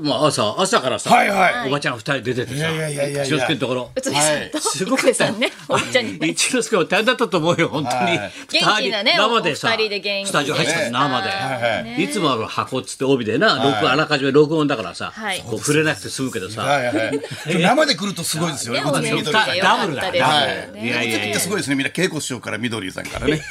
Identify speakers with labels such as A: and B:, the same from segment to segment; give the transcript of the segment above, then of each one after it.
A: まあ朝、朝からさ、
B: はいはい
A: おばちゃん二人出てて
B: い
A: さ、
B: やいやいやいやいや
A: 一之輔のところ。
C: 宇津木さんと、
A: す
C: す
A: ご
C: ご
A: か
C: く
A: った
C: さ
A: よ
C: んね、おっちゃんにね。
A: 一之輔も大変だったと思うよ、本当に
B: はい。
A: 二人
C: 元気なね
A: 生でさ、
C: お二人で元気
A: スタジオ入ってたし
B: ね
A: 生で。
B: はいはい
C: ね
A: いつもは箱っつって帯でな、
B: い
A: 録あらかじめ録音だからさ、
C: はい
A: こう触れなくて済むけどさ、
B: はいはいでも生で来るとすごいですよね。
C: でも
B: 宇
C: ね
B: 都宮
A: 二人
B: みどりさん
C: ね
A: ダブルだ、ダブル。、
B: はい
A: やい
B: 宇都
A: やい
B: 宮っ
A: や
B: てすごいですね。みんな稽古師匠からみどりさ んからね。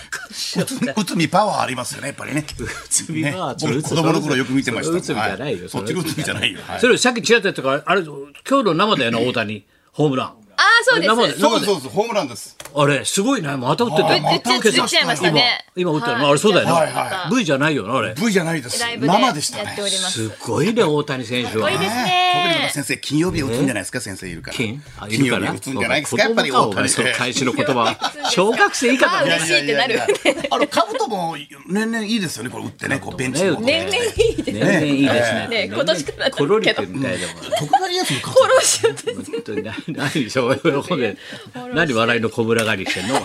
B: 宇都宮パワーありますよね。やっぱりね。
A: つみ
B: ね
A: は、
B: 僕子供の頃よく見てましたもん。
A: うつみじゃないよ。
B: はそっちが宇都宮じゃないよ。はい
A: それよりさっきちらっとやったから、あれ、今日の生だよな、大谷、ホームラン。
C: ああ、そうで。
A: 生です生
B: そう
A: で
B: ですそうです。ホームランです。
A: あれ、すごいね。また打ってた
B: あ
A: よ。
B: ま
C: 打っちゃ
B: た打ち
C: 打
B: ま
C: っ
B: した
C: ちゃいましたね。
A: 今打ったよな
C: はい
A: あれそうだよな
C: 打っちゃいました
B: は
A: V じゃないよな、あれ。
B: V じゃないです
C: ライ。ブでや
B: 生
C: っ
B: でしたね
C: て。おります。
A: すごいね、大谷選手は。
C: すごいです
B: ね
C: ね
B: え先生金曜日打つんじゃないですか先生いるから
A: 金あいる
B: 金曜
A: か
B: 日
A: な
B: 打つんじゃないですかやっぱり
A: 子供
B: 大
A: かお前
B: 谷
A: そ
B: 選
A: の
B: 手
A: 返しの言葉は。小学生以下だ
C: あ
A: ね。
C: 嬉しいってなる。
B: あの兜も年々いいですよねこれ打ってねこうベンチの
A: ね
C: 年々いいです
A: 年
C: ね。
A: 々いいですね。
C: ね今年からだけ
A: コ
C: ど
A: ロリ君みたいだもん。
B: 特大野球か
C: 殺しちゃって。
A: 本当に何何そういうことで何笑いの小村狩りしてんの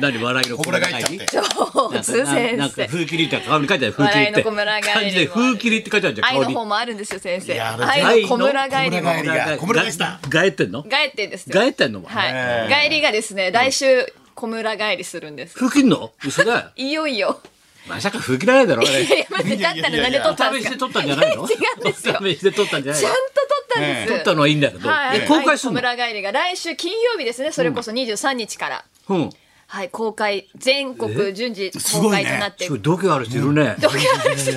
A: 何笑いの
B: 小
A: 小
B: 倉
A: 村
B: がいっ
A: 狩
B: ちゃ
A: り
B: って
C: そう、
A: なんか
C: 通先
A: なんか
C: 生。
A: 風切りって顔に書いてある風切り
C: 笑い
A: っ
C: の
A: て
C: 小村帰りもあ
A: 感
C: る
A: じで風切りって書いてあるじゃん
C: 愛
A: 顔
C: の
A: に
C: 方もあるんですよ、先生。
B: やあれ
C: 愛の小村帰りも。
B: 愛の小村帰りが小村帰りした
A: がえってんの
C: 帰ってんですよ。
A: がえってんのお前
C: はい。帰りがですね、来週、小村帰りするんです。
A: 風切んの嘘だよ
C: いよいよ。
A: まさか吹きられないだろあれ。
C: いやいや、待って、だったらなんで撮ったん
A: お試
C: で
A: しで
C: すか
A: 撮ったんじゃないの
C: 違うんですよ
A: お試しで撮ったんじゃない
C: ちゃ
A: の
C: んと撮ったんです。
A: 撮ったのはいいんだけど。
C: はい、
A: え公開するの
C: 小村帰りが来週金曜日ですね、それこそ23日から、
A: うん。
C: はい、公開、全国順次
B: す
C: 公
B: ごい
C: 開
B: ね
C: となって、
A: すごい度胸ある人いるね。
C: 度胸ある人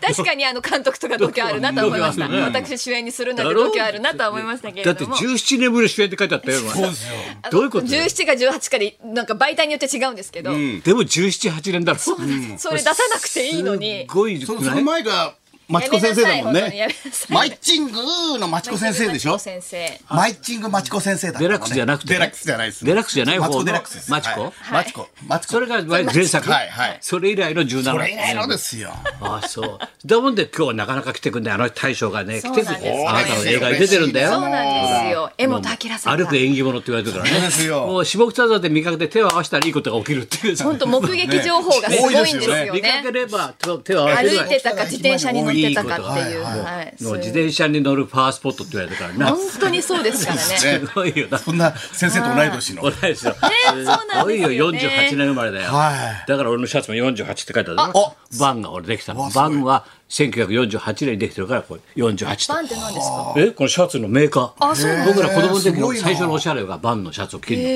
C: 確かにあの監督とか度胸あるなとは思いました、
A: 度胸ある
C: 私主演にするなん
A: だ
C: て
A: ろ
C: 度胸あるなとは思いましたけれ
A: だっ
C: ど
A: て
C: も。
A: 17年ぶりの主演って書いてあったよ。お前
B: そうですよ
C: あの
A: どういうことだよ
C: ?17 か18かで、なんか媒体によって違うんですけど、
A: でも17、8年だろ。そ
C: それ出さなくていいのに
A: す、ごい
B: そ
A: く
B: そ
A: な
B: の
A: い
B: 前がマチコ先生だもん
C: やめなさい本当にや
B: ね
C: めなさい
B: マイチングーのマチコ先生でしょ
C: 先生。
B: マイチングマチコ先生だったもん
A: デラ
B: ね
A: ックスじゃなくてね
B: デラックスじゃないです
A: デラックスじゃない方の
B: マチコデラックスです
A: マチコ
B: はいマチコマチコ
A: それが前作。
B: はいはい
A: それ以来の17年。
B: これ以来のですよ
A: ああそう。だもんで今日はなかなか来てくんないあの大将がね来てく
C: そうなんです
A: れ
C: よ
A: あなたの映画に出てるんだ
C: そ
A: よ
C: う。なんですよ。江本明さん
A: 歩
C: が
A: く。縁起物って言われてるから
B: そう
A: ね
B: ですよ
A: もう下北沢で見かけて手を合わせたらいいことが起きるっていう
C: 本当目撃情報がすごいんですよ
B: 多
C: ね。
A: 見かければ手を手を合わせる
C: 歩
A: ぐ
C: い
A: らい
C: てたか自転車に乗ってたかっていう。
B: はい
C: はいはい
A: の
C: そう
A: 自
C: いう
A: 転車に乗るパワースポットって言われてるからな
C: 本
A: す
C: 当にそうですからね。
B: ね
A: ごいよな
B: そんな先生と同い年の
A: 同いですよす
C: そうなん
A: ご
C: です
A: い
C: よ
A: よ
C: ね
A: 48年生まれだよ
B: は
A: だから俺のシャツも48って書いてある
B: お
A: バンが俺できたの
B: わすご
A: バ
B: い
A: ンは1948年にできてるからこれ48
C: バ
A: っ
C: ン
A: て
C: って何ですか。
A: えこのシャツのメーカー
C: あ、そうなんで
A: 僕ら子供の時
B: すご
A: の
B: いな
A: 最初のおしゃれがバンのシャツを着るの
C: す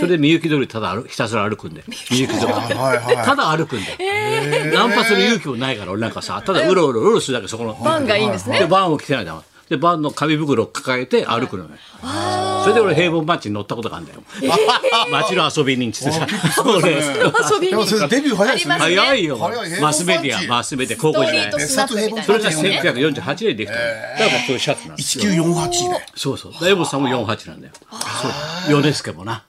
A: それでみゆき通りただ歩ひたすら歩くんでみゆき通り
B: いはいはい
A: ただ歩くんだよ。ナンパする勇気もないから俺なんかさただうろうろうろするだけそこの。
C: バンがいいんですね
A: でバンを着てないんだもんでバンの紙袋を抱えて歩くのよ。それで俺平凡マッチに乗ったことがあるんだよ。 街の遊び人っつってさ。 俺
C: 遊び
B: でも
C: に。
B: それデビュー早いです
C: あ
B: ね
C: ります
A: 早いよ
B: 早いね
A: マスメディ
B: 平凡マッ
A: アマ
B: チ
A: スメディア高校時代
C: ストリートスナップみたいな
A: それが
C: そうですね
A: 1948年できたのだからこういうシャツなんですよ。
B: 1948ね
A: そうそう。だエボさんも48なんだよ。そう。米助もな。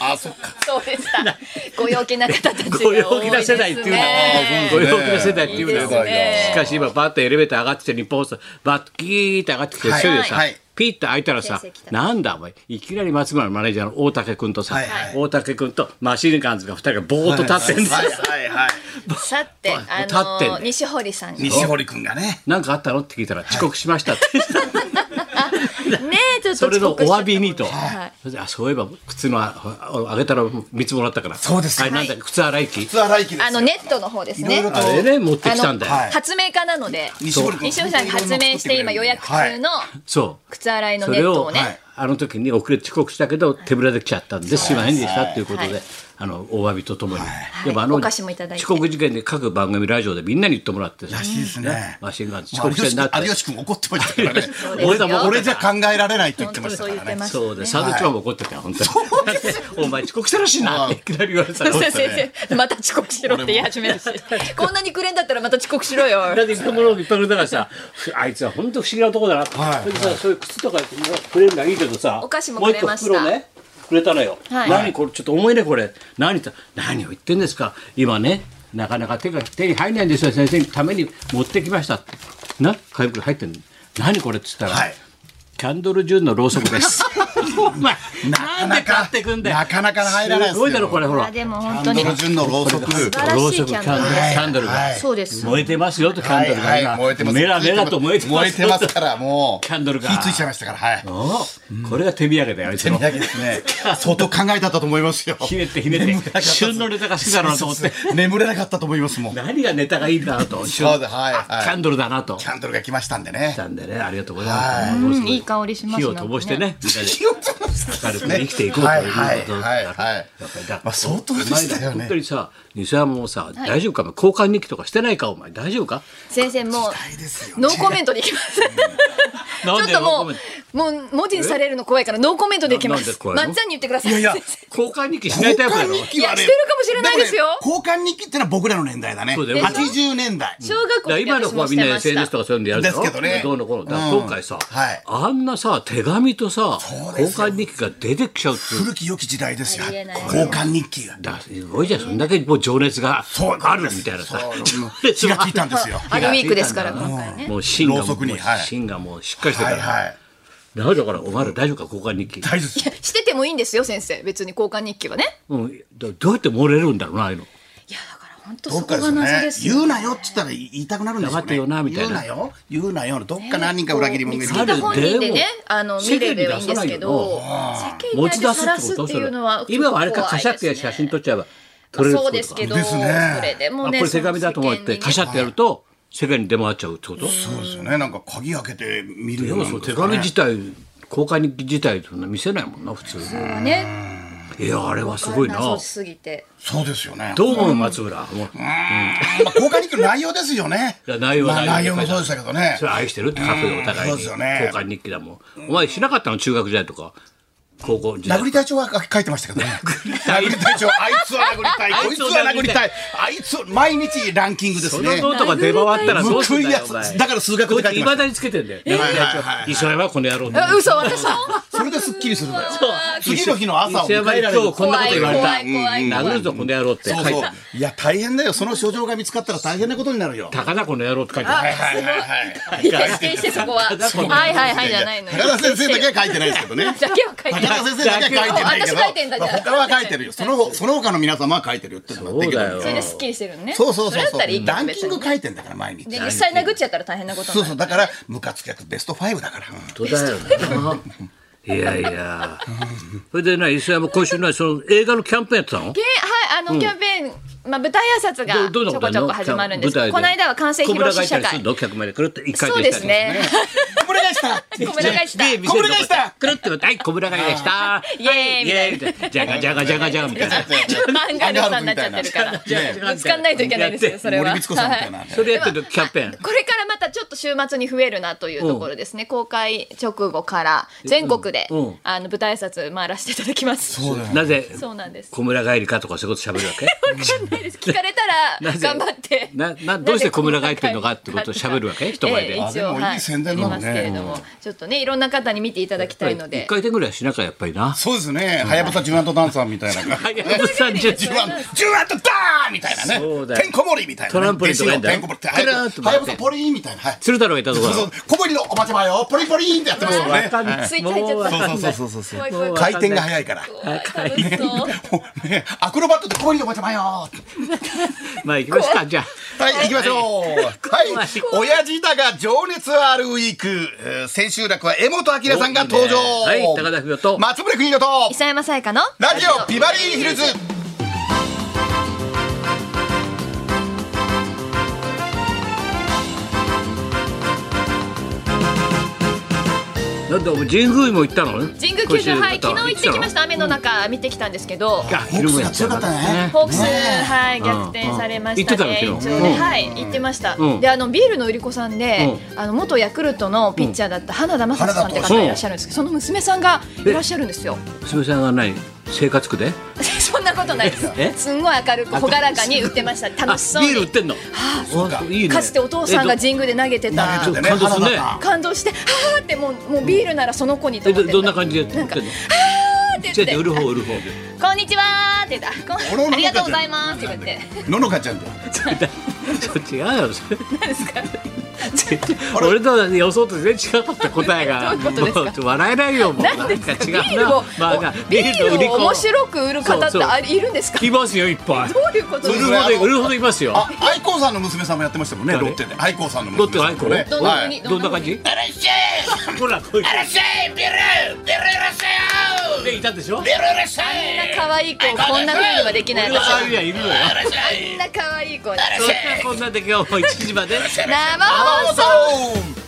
B: あそっか
C: そうでした。 ご陽気な方たちが多
A: ご
C: いですね。
A: 陽気な世代っていうの
C: ね
A: ご陽気な世代っていうの
C: いいですね
A: しかし今バッとエレベーター上がってきて日本放送バッとキーって上がってきて
B: はい
A: それでさ
B: はい
A: ピッと開いたらさ
C: 先生来た
A: なんだお前いきなり松村のマネージャーの大竹君とさ
B: はいはい
A: 大竹君とマシンガンズが二人がボーっと立ってんだ
B: はい
A: よ
B: はいはい
C: さって、
A: 立
C: あ
A: ってん
C: の
A: だよ
C: 西堀さんが。ね
B: 西堀君がね
A: なんかあったのって聞いたら遅刻しましたって
C: え、ちょっと
A: それのお詫びにと
C: はい
A: それであそういえば靴のああげたら3つもらったから
B: そうです
A: あれなんだっけ靴洗い機
B: ツアー来期ですよ
C: あのネットの方ですね
B: いろいろ。と
A: あれね持ってきたんだよ
B: あのはい
C: 発明家なので。
B: 西堀君
C: 西堀さんが発明して今予約中の
A: そう
C: 靴洗いの
A: そ
C: ネッ
A: れ
C: ト
A: を、
C: をね。
A: はいあの時に遅れ遅刻したけど手ぶらで来ちゃったんで、すいませんでしたということで、
C: はい
A: あのお詫びとともに、
C: い
A: であの
C: お菓子もいただいて
A: 遅刻事件で各番組ラジオでみんなに言ってもらってさ
B: らしいですね
A: マシンガンズ遅
B: まあ
A: 刻してんなって、
B: 有吉君怒ってましたからね
C: そうですよ
B: 俺だもん俺じゃ考えられないって言ってましたか
C: 本当そう言っ
B: ら
C: て
B: ね
C: ました
A: そうでサンドウィッチマンも怒ってたよ本 当に、お前遅刻したらしいなっていきなり言われてたから
C: 先生、また遅刻しろって言い始めるし、こんなにくれんだったらまた遅刻しろよ。
A: だっていっぱいものいっぱいくれたからさあいつは本当不思議なとこだな、
B: はい
A: それでさそういう靴とかもくれるのはいいけどさ
C: お菓子もくれました
A: もう一個袋ねくれたのよ、
C: はい
A: 何これちょっと重いねこれ何と何を言ってんですか今ねなかなか手が手に入らないんですよ先生のために持ってきましたってな紙袋入ってんの何これっつったら、
B: はい
A: キャンドル・ジュンのろうそくです。お前な
B: か
A: んで
B: なか
A: 買ってくんだよ
B: なかなか入らないですすよ
A: ごいだろこれほ
C: い
A: ら
C: やでも
B: キ
C: 本
B: ャ
C: 当
B: ンド
C: に
B: ル順のろうそく。
C: 晴らしい
A: ろうそくキ
C: キ
A: ャ
C: ャ
A: ン
C: ン
A: ドルキャンド
C: ドル
A: ル
B: は
A: が
B: い
C: そうです。
A: 燃えてますよとキャンドルが
B: はいは
A: 今
B: い、燃えてます。
A: メラメラと燃えてます
B: 燃え てますから、もう。
A: キャンドルが
B: 火ついちゃいましたから、はい。
A: おこれが手土産だよあいつ
B: 手土
A: の
B: 産ですね。相当考えたったと思いますよ。
A: ひねってひねって旬のネタが好きだろうなと思って
B: 眠れなかったと思いますもん。
A: 何がネタがいいんだなと
B: そうですはいはい
A: あキャンドルだなと
B: キャンドルが来ましたんでね。
A: たんでねありがとうございます
C: うんいい香りします
A: 火を
C: ね
A: 灯してねみんなで
B: 気をつけます
A: 明るく生きていこうと
B: はい
A: いうこと
B: はい
A: だ
B: はいはい。
A: だ
B: まあ相当でしたよ
A: お前本
B: ね
A: 当。にさ西山もさ大丈夫かお前交換日記とかしてないかお前大丈夫か
C: 先生もう
B: ですよ
C: ノーコメントでいきます。ちょ
A: なん
C: っ
A: で
C: と
A: ノーコ
C: も
A: メン
C: うもう文字にされるの怖いからノーコメントでいきま
A: ななん
C: す
A: で。怖い
C: ま
A: の
C: っちゃんに言ってください。
B: いやいや
A: 交換日記しないタイプだろ
B: 交換日記はね
C: いやしてるかもしれないですよ
B: もね交換日記ってのは僕らの年代だね。
A: そうだよ
B: 80年代。
C: 小
A: だ
C: 学校
A: から
C: に
A: 今の
C: 私
A: 子
C: も
A: はみ
C: し
A: んな
C: てました
A: SNS とかそういうのでやるだろ
B: ですけどね
A: どうのこうのだから
B: うん
A: 今回さ、
B: はい
A: あんなさ手紙とさ
B: うで
A: 交
B: すよ
A: 換日記が出てきちゃうっていう
B: 古き良き時代ですよ。
C: ありえない
B: 交換日記が。
A: だすごいじゃんそんだけもう情熱が
B: そう
A: あるみたいなさ
B: そう
A: 情熱
B: 気が
A: が
B: 利いたんで すよ。
C: アルウィークですから
A: うん
C: 今回ね。
A: もう芯が
B: ろうそくに
A: もう
B: はい
A: 芯がもうしっかりしてる
B: は
A: か
B: い
A: ら、
B: はい。
A: だからお前ら大丈夫か交換日記
B: 大丈夫です。
C: しててもいいんですよ先生別に交換日記はね。
A: うん、どどうやって漏れるんだろうなああいうの
C: いやだから本当
B: ど
C: そ
B: っ
C: こ
B: かです
C: が
B: よ
C: 謎で
B: ね。
C: すよ。
B: 言うなよって言ったら言いたくなるんですよ、ね。
A: 黙ってよなみたいな
B: 言うなよ。言うなよ。どっか何人か裏切り者がいる
C: 見つけた本人で
A: でも
C: ね、あの見れればいいんですけど、世
A: 持
C: 間
A: ち
C: に
A: 出
C: 出
A: す
C: さ
A: っ
C: ら
A: て
C: す
A: こと
C: って
A: そ
C: いう
A: れ
C: のは
A: 今はあれかカシャってや
C: や
A: る写真撮っちゃえば撮れるって
C: そ
A: こと
C: うですけど、
B: ですね
C: それでも
A: あ
C: ね、
A: これ手紙だと思ってカシャってやると世界に出回っちゃうってこと
B: そうですよね。なんか鍵開けて見る
A: で
B: よう
A: も
B: な
A: そ
B: ん
A: の
B: です
A: 手
B: かね
A: 紙自体公開日記自体そんな見せないもんな普通
C: 世間にね、
A: いやあれはすごいな
C: 謎すぎて、
B: そうですよね。
A: どう思う松村もう
B: まあ、交換日記の内容ですよね。
A: いや内容は
B: まあ、
A: 内
B: 内
A: 容
B: 容もそうでしたけどね
A: そ。れ愛してるってカフェでお互い
B: うん
A: に
B: そうです
A: 交
B: よね
A: 換日記だもんお前しなかったの中学時代とか高校時代
B: 殴り隊長は書いてましたけどね。殴り隊長、あいつは殴りたい、こいつは殴りたい、あいつ、毎日ランキングで
A: そ
B: す
A: の
B: ね。
A: ノートが出回ったらどうす
B: 報
A: るん
B: い
A: だ
B: や
A: よお前
B: つ、だから数学で書いて
A: いま
B: ました。
A: だにつけてんだよ
B: はいはいはい
A: 磯山はこの野郎だ
C: あ嘘私も
B: それですっきりするんだよ。次の日の朝を
A: 磯
B: 迎
A: 山
B: え
A: に
B: ら
A: 今
B: れる
A: 日。こんなこと言われた
C: 怖い怖い怖い
A: 殴るぞこの野郎って書
B: そ
A: いうて
B: そう
A: ある
B: いや、大変だよ。その症状が見つかったら大変なことになるよ。
A: 高田この野郎って書いてある
B: はいはいはい。
C: 否定してそこは、はいはいはいじゃないのよ。
B: 高田先生だけは書いてないですけどね。
C: だけは書
B: 高
C: いてない
B: 田先生だけは書いてないけど、
C: あ私書いてんだじゃあ
B: まあ他は書いてるよ。その他その他の皆様は書いてるよってのができるんだよ
C: それでスッキリしてるのね。
B: そうそうそう
C: れだっ
B: そう
C: たらいい。け
B: ラ
C: ど
B: ンキ
C: 別
B: ング
C: に。
B: 書いてんだから毎日
C: で。実際殴っちゃったら大変なことに
B: そう
C: な
B: そう
C: る。
B: だからムカつくやつベスト5だから。
A: 本当だよないやいやそれでな磯山今週なその映画のキャンペーンやってたの
C: けはいあのキャンペーン、まあ舞台挨拶が
A: どどんな
C: ち
A: こと
C: ょこ
A: や
C: ち
A: る
C: ょ
A: の
C: こ始まるんです
A: 舞台
C: この間は完成披露
A: 小
C: 試写
A: 村がいたりする
C: 会
A: の客までくるって一回
C: そうですね
B: 小村返した。
C: 小村がした
A: で、
B: 小村がいた
A: くるってこと、はい、小村がいでした。
C: イエーイみた
A: イエー
C: いな
A: イみたいな。じゃがじゃがじゃがじゃがみたいな。
C: アンガールズさんになっちゃってるから
B: ね
C: ぶつかんないといけないですよそれは
B: 森光子さんみたいな。
A: それやってるキャンペーン。
C: これからまたちょっと週末に増えるなというところですね、公開直後から全国で、
A: うんうん
C: あの舞台挨拶回らせていただきますそう
A: なぜ
C: なんです
A: 小村帰りかとかそういうこと喋るわけ
C: 分かんないです聞かれ た
A: な
C: ら
A: ぜ
C: 頑張って
A: ななどうして小村帰ってんのかってことを喋るわけ人前で
C: ええ一
B: あ
C: 応
B: でもいい
C: は
B: 宣伝なのね
C: 言いますけれども、ちょっとねいろんな方に見ていただきたいので
A: 一回転ぐらいしなきゃやっぱりな。
B: そうですね。はやぶさジュワントダンサーみたいな。
A: はやぶさ
B: ジ
A: 30
B: ュワンジュワントダーンみたいな
A: そう
B: ね。
A: だよ
B: てんこ盛りみたいなね。
A: トランポリンとかやんだよ
B: てんこ盛りって。
A: トランとか
B: はやぶさポリーンみたいな。はい。
A: 鶴太郎がいたとこ
B: そう
A: ろ
B: そう。小ぶりのおばちゃまよ。ポリポリーンってやってますよね。
A: んない
C: ついちゃいちゃった
A: もう
B: そうそうそうそう
C: 怖い
A: も
C: 怖
A: う
C: い
B: 回転が早いから。
C: 怖い楽しそう
B: もうねアクロバットで小ぶりのおばちゃまよ。
A: まあ行きますかじゃあ。
B: はい、行きましょう。はい、親父だが情熱はあるウィーク、えー千秋楽は江本明さんが登場。
A: おいいねはい高田文夫と
B: 松村邦洋と、
C: 磯山さやかの
B: ラジオビバリーヒルズ。
A: なんでお前神宮も行ったの。
C: 神宮球場はい昨日行ってきましたた雨の中見てきたんですけど
A: あ昼もやってたからね。
C: ホークス、
B: ね
C: はい、逆転されましたね。
A: うん行ってたの昨日
C: 一応ね
A: うん
C: はい、行ってました。
A: うん
C: で、あのビールの売り子さんで、あの元ヤクルトのピッチャーだった花田正人さんって方がいらっしゃるんですけど、その娘さんがいらっしゃるんですよ。
A: すみさんが何生活区で？
C: そんなことないです
A: え。
C: すんごい明るく朗らかに売ってました。
A: あ
C: 楽しそう
A: ビール売っ
C: に。
A: てんの。
B: うか
A: あいいね
C: かつてお父さんが神宮で投げて
B: な
C: た
B: るほ。
A: 感
B: ど
A: 動するね
B: 花田
C: 感動して、はーってもう、もうビールならその子にと
A: えど
C: 思ってた。
A: どんな感じで売ってんの
C: なんかはーって
A: 違
C: 言
A: う違う売
C: って。
A: る方売る方
C: こんにちはーって言ってあこ
B: 俺
C: ん
B: の
C: ありがとうございますって言って。
B: さんののかちゃんだよ。
A: それ違うよそれ
C: 何ですか。
A: 絶対 俺と予想と全然違った答えが
C: どういうことです
A: も
C: か
A: う笑えないよもう
C: なんですか
A: なんか違
C: ビ
A: う
C: ール
A: な
C: を、
A: まあなんか
C: ビールを面白く売る方って
A: そう
C: あ
A: そう
C: いるんですか
A: いますよいっぱい
C: どういうこと
A: 売
C: です
A: るほ
C: か
A: ど売るほどいますよ
B: あ、愛子さんの娘さんもやってましたもんね、
A: 誰
B: ロッテで。愛子さんの
A: ロッテ
B: 娘
A: のアイ
B: さんも
A: コ
B: ね。
A: ね
C: どんなふう
A: はい
C: に
A: どんな感じ
B: いらっしゃい
A: ほらこういう
B: いらっしゃいビルビルいらっしゃい
A: でいたでしょ
B: ビルいらっしゃ
C: こん
B: い
C: な可愛い子をこんな風にはできない
A: 俺の
C: 私は
A: 周りにはいるのよ
B: いらっしゃい
C: こんな可愛い子に
A: そんなこんなで今日も1時まで
C: 生放送
B: 放送